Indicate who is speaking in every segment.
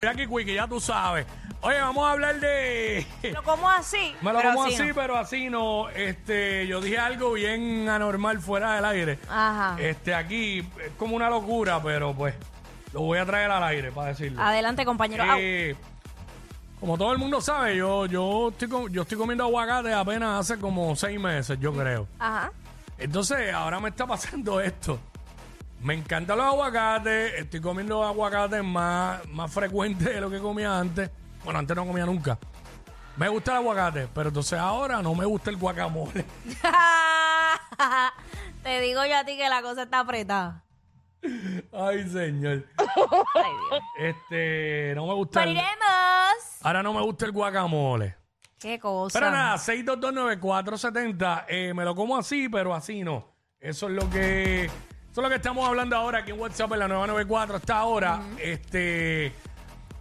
Speaker 1: Mira que Quickie, ya tú sabes. Oye, vamos a hablar de.
Speaker 2: Lo como así.
Speaker 1: Me lo
Speaker 2: pero
Speaker 1: como
Speaker 2: así
Speaker 1: así,
Speaker 2: no.
Speaker 1: pero así no. Este, yo dije algo bien anormal fuera del aire.
Speaker 2: Ajá.
Speaker 1: Este, aquí es como una locura, pero pues lo voy a traer al aire para decirlo.
Speaker 2: Adelante, compañero. Au.
Speaker 1: Eh, como todo el mundo sabe, yo, yo, estoy, com- yo estoy comiendo aguacate apenas hace como seis meses, yo creo.
Speaker 2: Ajá.
Speaker 1: Entonces, ahora me está pasando esto. Me encantan los aguacates, estoy comiendo aguacates más, más frecuente de lo que comía antes. Bueno, antes no comía nunca. Me gusta el aguacate, pero entonces ahora no me gusta el guacamole.
Speaker 2: Te digo yo a ti que la cosa está apretada.
Speaker 1: Ay, señor.
Speaker 2: Ay, Dios.
Speaker 1: Este, no me gusta el,
Speaker 2: ¡Moriremos!
Speaker 1: Ahora no me gusta el guacamole.
Speaker 2: ¡Qué cosa!
Speaker 1: Pero nada, 6229470, eh, me lo como así, pero así no. Eso es lo que eso es lo que estamos hablando ahora aquí en WhatsApp en la 994 hasta ahora. Este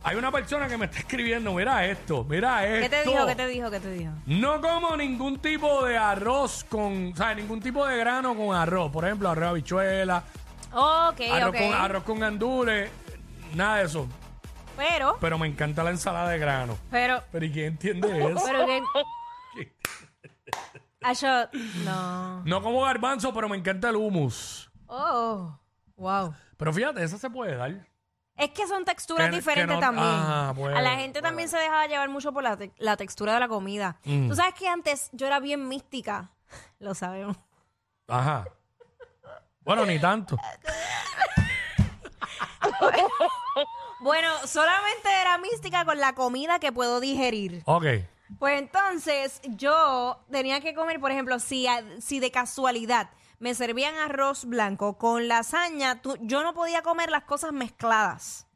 Speaker 1: hay una persona que me está escribiendo, mira esto, mira esto.
Speaker 2: ¿Qué te dijo? ¿Qué te dijo? ¿Qué te dijo?
Speaker 1: No como ningún tipo de arroz con, o sea, ningún tipo de grano con arroz, por ejemplo, arroz de habichuela,
Speaker 2: Ok,
Speaker 1: arroz
Speaker 2: ok.
Speaker 1: con arroz con gandules, nada de eso,
Speaker 2: Pero,
Speaker 1: pero me encanta la ensalada de grano.
Speaker 2: pero,
Speaker 1: Pero ¿y quién entiende eso?
Speaker 2: pero que... Ah, yo- No.
Speaker 1: No como garbanzo, pero me encanta el hummus.
Speaker 2: Oh, wow.
Speaker 1: Pero fíjate, esa se puede dar.
Speaker 2: Es que son texturas
Speaker 1: Que- que
Speaker 2: diferentes
Speaker 1: no-
Speaker 2: también.
Speaker 1: Ah, bueno, Mm.
Speaker 2: a la gente también se dejaba llevar mucho por la, te- la textura de la comida. Tú sabes que antes yo era bien mística. Lo sabemos.
Speaker 1: Ajá. Bueno, ni tanto.
Speaker 2: Bueno, solamente era mística con la comida que puedo digerir.
Speaker 1: Ok.
Speaker 2: Pues entonces yo tenía que comer, por ejemplo, si, a- si de casualidad me servían arroz blanco con lasaña, tú- yo no podía comer las cosas mezcladas.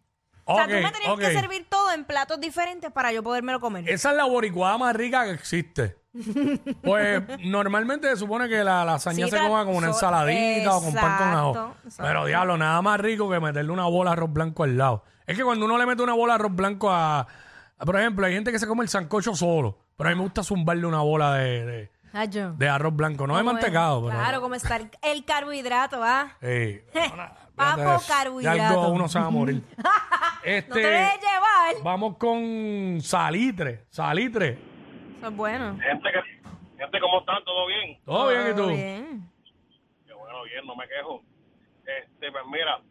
Speaker 1: Ok,
Speaker 2: o sea, tú me tenías
Speaker 1: ok.
Speaker 2: que servir todo en platos diferentes para yo podérmelo comer.
Speaker 1: Esa es la boricuada más rica que existe. Pues normalmente se supone que la lasaña
Speaker 2: Sí,
Speaker 1: se
Speaker 2: tal-
Speaker 1: coma con una
Speaker 2: so-
Speaker 1: ensaladita o con pan con ajo.
Speaker 2: Exacto, exacto.
Speaker 1: Pero diablo, nada más rico que meterle una bola de arroz blanco al lado. Es que cuando uno le mete una bola de arroz blanco a, a- Por ejemplo, hay gente que se come el sancocho solo. Pero a mí me gusta zumbarle una bola de, de-
Speaker 2: Ay, Ah, yo.
Speaker 1: de arroz blanco. No de mantecado, pero.
Speaker 2: Claro, como está el, el carbohidrato, ¿ah?
Speaker 1: Ey, una-
Speaker 2: Papo
Speaker 1: fíjate eso.
Speaker 2: carbohidrato.
Speaker 1: De algo uno se va a morir.
Speaker 2: No
Speaker 1: este,
Speaker 2: te dejes llevar.
Speaker 1: vamos con salitre. Salitre.
Speaker 2: Eso es bueno.
Speaker 3: Gente, que- gente, ¿cómo están? ¿Todo bien?
Speaker 1: Todo, bien, ¿y tú?
Speaker 2: bien.
Speaker 3: Qué bueno, bien, no me quejo. Este, pues mira,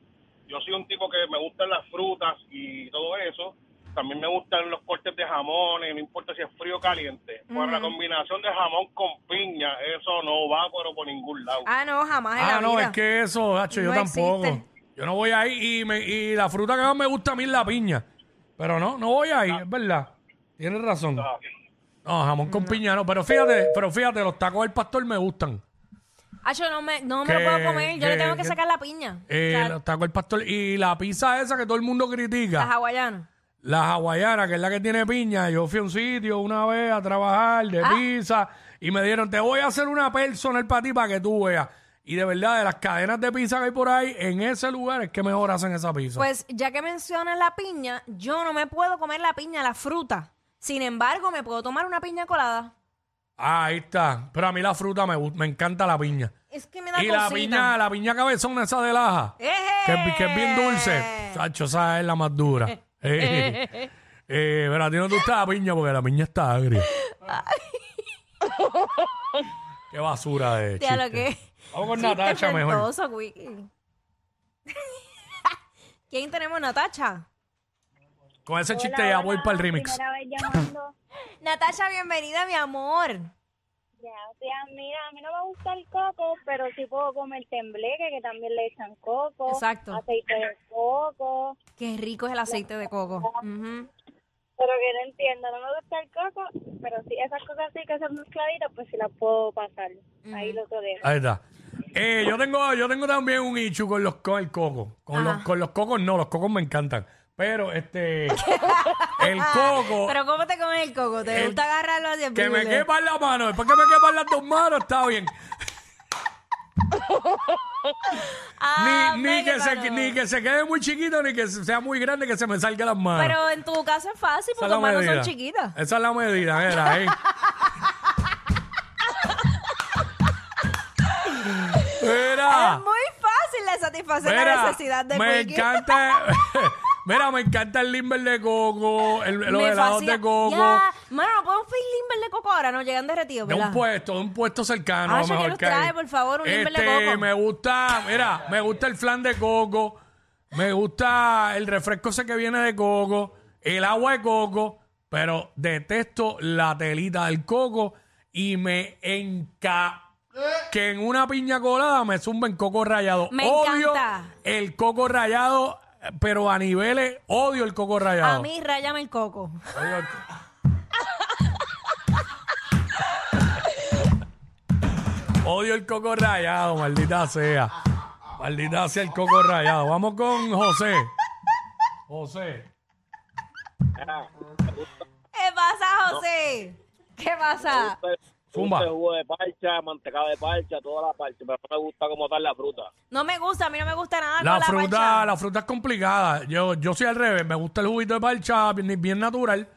Speaker 3: yo soy un tipo que me gustan las frutas y todo eso. También me gustan los cortes de jamones, no importa si es frío o caliente. Pero la combinación de jamón con piña, eso no va pero por ningún lado.
Speaker 2: Ah, no, jamás en
Speaker 1: Ah,
Speaker 2: la
Speaker 1: no,
Speaker 2: vida.
Speaker 1: es que eso, hacho, yo
Speaker 2: No
Speaker 1: tampoco.
Speaker 2: existe.
Speaker 1: Yo no voy ahí y, me- y la fruta que más me gusta a mí es la piña. Pero no, no voy ahí, es verdad. Tienes razón.
Speaker 3: Ah,
Speaker 1: No, jamón con piña no. Pero fíjate, pero fíjate, los tacos del pastor me gustan.
Speaker 2: Ah, yo no me, no me
Speaker 1: Que-
Speaker 2: lo puedo comer. Yo le
Speaker 1: que-
Speaker 2: tengo que,
Speaker 1: que-
Speaker 2: sacar la piña.
Speaker 1: Eh,
Speaker 2: O sea,
Speaker 1: los tacos del pastor y la pizza esa que todo el mundo critica.
Speaker 2: las hawaianas.
Speaker 1: La hawaiana, que es la que tiene piña. Yo fui a un sitio una vez a trabajar
Speaker 2: Ah.
Speaker 1: de pizza y me dieron, te voy a hacer una personal para ti para que tú veas. Y de verdad, de las cadenas de pizza que hay por ahí, en ese lugar es que mejor hacen esa pizza.
Speaker 2: Pues ya que mencionas la piña, yo no me puedo comer la piña, la fruta. Sin embargo, me puedo tomar una piña colada.
Speaker 1: Ah, ahí está. Pero a mí la fruta me gusta, me encanta la piña.
Speaker 2: Es que me da
Speaker 1: y
Speaker 2: cosita.
Speaker 1: la piña, la piña cabezona esa de laja, que, es- que es bien
Speaker 2: Eh.
Speaker 1: dulce. Sacho, esa es la más dura. Eh, eh, pero a ti no te gusta la piña porque la piña está agria. Qué basura de
Speaker 2: Tía, lo
Speaker 1: chiste.
Speaker 2: que...
Speaker 1: Vamos con
Speaker 2: Chiste
Speaker 1: Natacha mejor.
Speaker 2: afrentoso, Quickie. ¿Quién tenemos, Natacha?
Speaker 1: Con ese chiste
Speaker 4: Hola,
Speaker 1: ya
Speaker 4: hola,
Speaker 1: voy para el remix.
Speaker 4: Primera vez llamando.
Speaker 2: Natacha, bienvenida, mi amor.
Speaker 4: Ya, o sea, mira, a mí no me gusta el coco, pero sí puedo comer tembleque, que también le echan coco.
Speaker 2: Exacto.
Speaker 4: Aceite de coco.
Speaker 2: Qué rico es el aceite de coco. Ujú.
Speaker 4: Pero que no entiendo, no me gusta el coco, pero sí, esas cosas sí que son mezcladitas, pues sí las puedo pasar. Ahí lo que dejo.
Speaker 1: Ahí está. Eh, yo tengo, yo tengo también un ichu con los con el coco. Con los, con los cocos no, los cocos me encantan. Pero este. el coco.
Speaker 2: Ah, Pero ¿cómo te comes el coco? ¿Te
Speaker 1: El-
Speaker 2: gusta agarrarlo así? en
Speaker 1: que me
Speaker 2: privilegio?
Speaker 1: quepan la mano. Después que me quepan las dos manos, está bien.
Speaker 2: Ah,
Speaker 1: ni,
Speaker 2: me
Speaker 1: ni que se,
Speaker 2: queparon.
Speaker 1: ni que se quede muy chiquito, ni que sea muy grande, que se me salgan las manos.
Speaker 2: Pero en tu caso es fácil
Speaker 1: Esa es
Speaker 2: porque
Speaker 1: la
Speaker 2: tus manos
Speaker 1: medida.
Speaker 2: son chiquitas.
Speaker 1: Esa es la medida, era ¿eh? ahí.
Speaker 2: Es
Speaker 1: Mira,
Speaker 2: muy fácil de satisfacer la
Speaker 1: Ah. mira,
Speaker 2: necesidad de
Speaker 1: me
Speaker 2: Quickie.
Speaker 1: encanta, mira, me encanta el limber de coco, el, los
Speaker 2: Me
Speaker 1: helados
Speaker 2: fascina.
Speaker 1: de coco,
Speaker 2: Ya. Mano, no podemos pedir limber de coco ahora, no llegan derretidos,
Speaker 1: de
Speaker 2: ¿verdad?
Speaker 1: un puesto, de un puesto cercano,
Speaker 2: Ah,
Speaker 1: a lo
Speaker 2: ya que
Speaker 1: mejor
Speaker 2: nos
Speaker 1: hay.
Speaker 2: trae, por favor, un limber de
Speaker 1: Este,
Speaker 2: coco.
Speaker 1: me gusta, mira, me gusta el flan de coco, me gusta el refresco ese que viene de coco, el agua de coco, pero detesto la telita del coco y me enca... Que en una piña colada me zumben coco rallado.
Speaker 2: Me
Speaker 1: odio
Speaker 2: encanta.
Speaker 1: el coco rallado, pero a niveles odio el coco rallado.
Speaker 2: A mí rayame el coco.
Speaker 1: Odio el- Odio el coco rayado, maldita sea. Maldita sea el coco rayado. Vamos con José. José.
Speaker 2: ¿Qué pasa, José? ¿Qué pasa?
Speaker 1: Zumba.
Speaker 5: Zumba. jugo de parcha, mantecado de parcha, toda la parcha, pero no me gusta como tal la fruta.
Speaker 2: No me gusta, a mí no me gusta nada.
Speaker 1: La
Speaker 2: con
Speaker 1: fruta,
Speaker 2: parcha.
Speaker 1: la fruta es complicada. Yo, yo soy al revés. Me gusta el juguito de parcha bien, bien natural.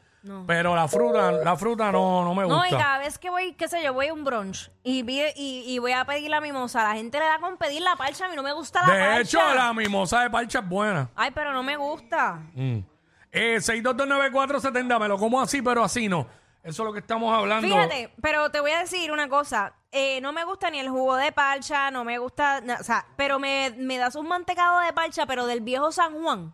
Speaker 1: Pero la fruta, la fruta no, no me
Speaker 2: No, y
Speaker 1: gusta.
Speaker 2: cada vez que voy, qué sé yo, voy a un brunch y, pide- y, y voy a pedir la mimosa. La gente le da con pedir la parcha, a mí no me gusta la parcha.
Speaker 1: de hecho, la mimosa de parcha es buena.
Speaker 2: Ay, pero no me gusta.
Speaker 1: Mm. Eh, 6229470, me lo como así, pero así no. Eso es lo que estamos hablando.
Speaker 2: Fíjate, pero te voy a decir una cosa. Eh, no me gusta ni el jugo de parcha, no me gusta, na- o sea, pero me, me das un mantecado de parcha, pero del viejo San Juan.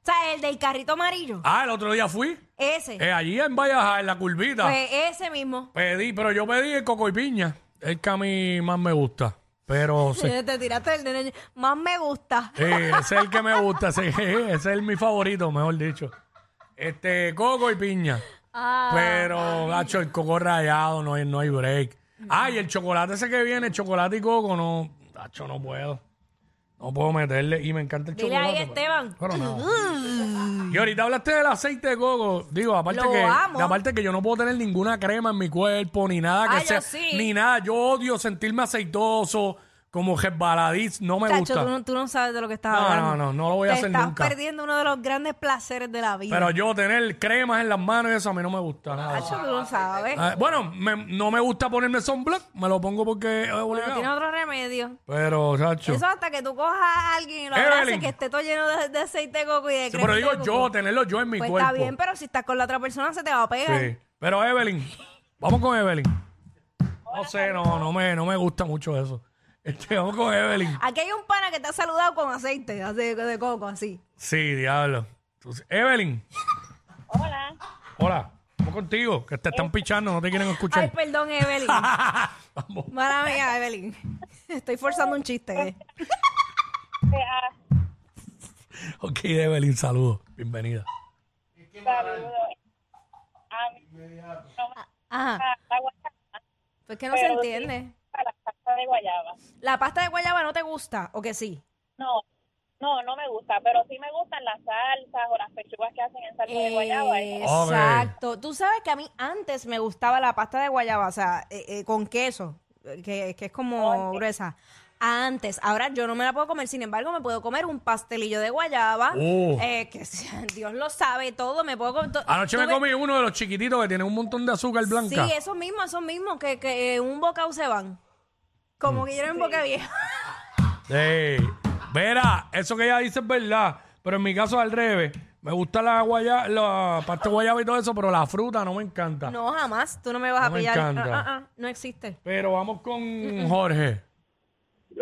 Speaker 2: O sea, el del carrito amarillo.
Speaker 1: Ah, el otro día fui.
Speaker 2: Ese.
Speaker 1: Eh, allí en Valleja, en la curvita.
Speaker 2: Pues ese mismo.
Speaker 1: Pedí, pero yo pedí el coco y piña. El que a mí más me gusta. Pero sí. Eh,
Speaker 2: Te tiraste el nene. Más me gusta.
Speaker 1: Sí, ese es el que me gusta. Ese, ese es mi favorito, mejor dicho. Este, coco y piña.
Speaker 2: Ah.
Speaker 1: Pero, gacho, el coco rallado, no hay, no hay break. Ay, el chocolate ese que viene, chocolate y coco, no, gacho, no puedo. No puedo meterle. Y me encanta el
Speaker 2: Dile
Speaker 1: chocolate.
Speaker 2: ahí, Esteban.
Speaker 1: pero- pero nada. y ahorita hablaste del aceite de coco. Digo, aparte
Speaker 2: Lo
Speaker 1: que.
Speaker 2: amo.
Speaker 1: Aparte que yo no puedo tener ninguna crema en mi cuerpo, ni nada que
Speaker 2: Ah, yo
Speaker 1: sea.
Speaker 2: sí.
Speaker 1: Ni nada. Yo odio sentirme aceitoso, como resbaladiz. No me
Speaker 2: Chacho,
Speaker 1: gusta.
Speaker 2: tú no, tú no sabes de lo que estás
Speaker 1: No, no,
Speaker 2: hablando.
Speaker 1: no, no lo voy a
Speaker 2: Te
Speaker 1: hacer
Speaker 2: estás
Speaker 1: nunca.
Speaker 2: perdiendo uno de los grandes placeres de la vida.
Speaker 1: Pero yo tener cremas en las manos y eso a mí no me gusta nada.
Speaker 2: Chacho, tú no sabes.
Speaker 1: Ah, bueno, me- no me gusta ponerme sunblock, me lo pongo porque es
Speaker 2: no
Speaker 1: obligado.
Speaker 2: tiene otro remedio.
Speaker 1: Pero, chacho.
Speaker 2: Eso hasta que tú cojas a alguien y lo
Speaker 1: Evelyn.
Speaker 2: abraces, que esté todo lleno de, de aceite de coco y de
Speaker 1: Sí,
Speaker 2: crema
Speaker 1: pero
Speaker 2: de
Speaker 1: digo
Speaker 2: coco.
Speaker 1: yo, tenerlo yo en mi
Speaker 2: Pues
Speaker 1: cuerpo.
Speaker 2: está bien, pues, pero si estás con la otra persona se te va a pegar.
Speaker 1: Sí. Pero Evelyn, vamos con Evelyn. No sé, no, no me, no me gusta mucho eso. Este, vamos con Evelyn.
Speaker 2: Aquí hay un pana que te ha saludado con aceite así, de, de coco, así.
Speaker 1: Sí, diablo. Entonces, Evelyn,
Speaker 4: Hola.
Speaker 1: hola, vamos contigo, que te están pichando, no te quieren
Speaker 2: Eh. Ay,
Speaker 1: escuchar.
Speaker 2: perdón, Evelyn.
Speaker 1: vamos.
Speaker 2: Mala mía, Evelyn. Estoy forzando un chiste. eh.
Speaker 4: Eh, ah,
Speaker 1: Ok, Evelyn, saludos. Bienvenida.
Speaker 4: saludos. A mí no me
Speaker 2: Ajá.
Speaker 4: gusta Ah, la guayaba,
Speaker 2: Pues que no se
Speaker 4: Pero sí.
Speaker 2: entiende.
Speaker 4: la pasta de guayaba.
Speaker 2: La pasta de guayaba no te gusta, o que sí.
Speaker 4: No, no, no me gusta, pero sí me gustan las salsas o las pechugas que hacen en salsa de guayaba. ¿eh? Eso.
Speaker 2: Eh, Exacto. Tú sabes que a mí antes me gustaba la pasta de guayaba, o sea, eh, eh, con queso, eh, que, que es como gruesa. Antes, ahora yo no me la puedo comer, sin embargo, me puedo comer un pastelillo de guayaba,
Speaker 1: Oh.
Speaker 2: eh, que sea- Dios lo sabe todo, me puedo comer... to-
Speaker 1: Anoche me
Speaker 2: tuve-
Speaker 1: comí uno de los chiquititos que tiene un montón de azúcar blanca.
Speaker 2: Sí, esos mismos, esos mismos, que, que eh, un bocado se van.
Speaker 1: Mm.
Speaker 2: Como que yo era un boca vieja.
Speaker 1: Ey, Vera, eso que ella dice es verdad, pero en mi caso al revés. Me gusta la guaya, la pasta de guayaba y todo eso, pero la fruta no me encanta.
Speaker 2: No, jamás, tú no me vas a
Speaker 1: No me
Speaker 2: pillar.
Speaker 1: encanta.
Speaker 2: Ah, ah, ah, no existe.
Speaker 1: Pero vamos con Jorge.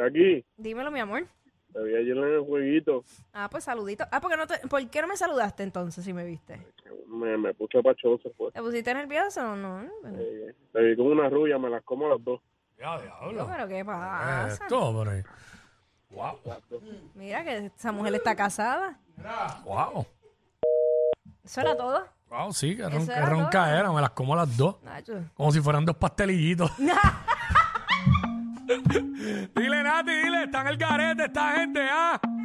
Speaker 5: aquí,
Speaker 2: Dímelo, mi amor.
Speaker 5: te vi ayer en el jueguito,
Speaker 2: Ah, pues saludito. Ah, ¿por qué no, te- ¿por qué no me saludaste entonces si me viste?
Speaker 5: me, me puse pachoso, pues.
Speaker 2: ¿Te pusiste nervioso o no? Bueno,
Speaker 5: Eh, Te vi con una rubia, me las como las dos.
Speaker 1: Ya, diablo.
Speaker 2: Pero qué
Speaker 1: ¿Qué es
Speaker 2: pasa.
Speaker 1: Ah, Esto, por ahí. Guau,
Speaker 2: Mira que esa mujer está casada.
Speaker 1: guau.
Speaker 2: Eso era todo.
Speaker 1: Guau, sí, que
Speaker 2: Eso
Speaker 1: ronca,
Speaker 2: era
Speaker 1: ronca
Speaker 2: todo.
Speaker 1: era. Me las como las dos.
Speaker 2: Nacho.
Speaker 1: Como si fueran dos pastelillitos. dile, Nati, dile, están el garete esta gente, ¿ah?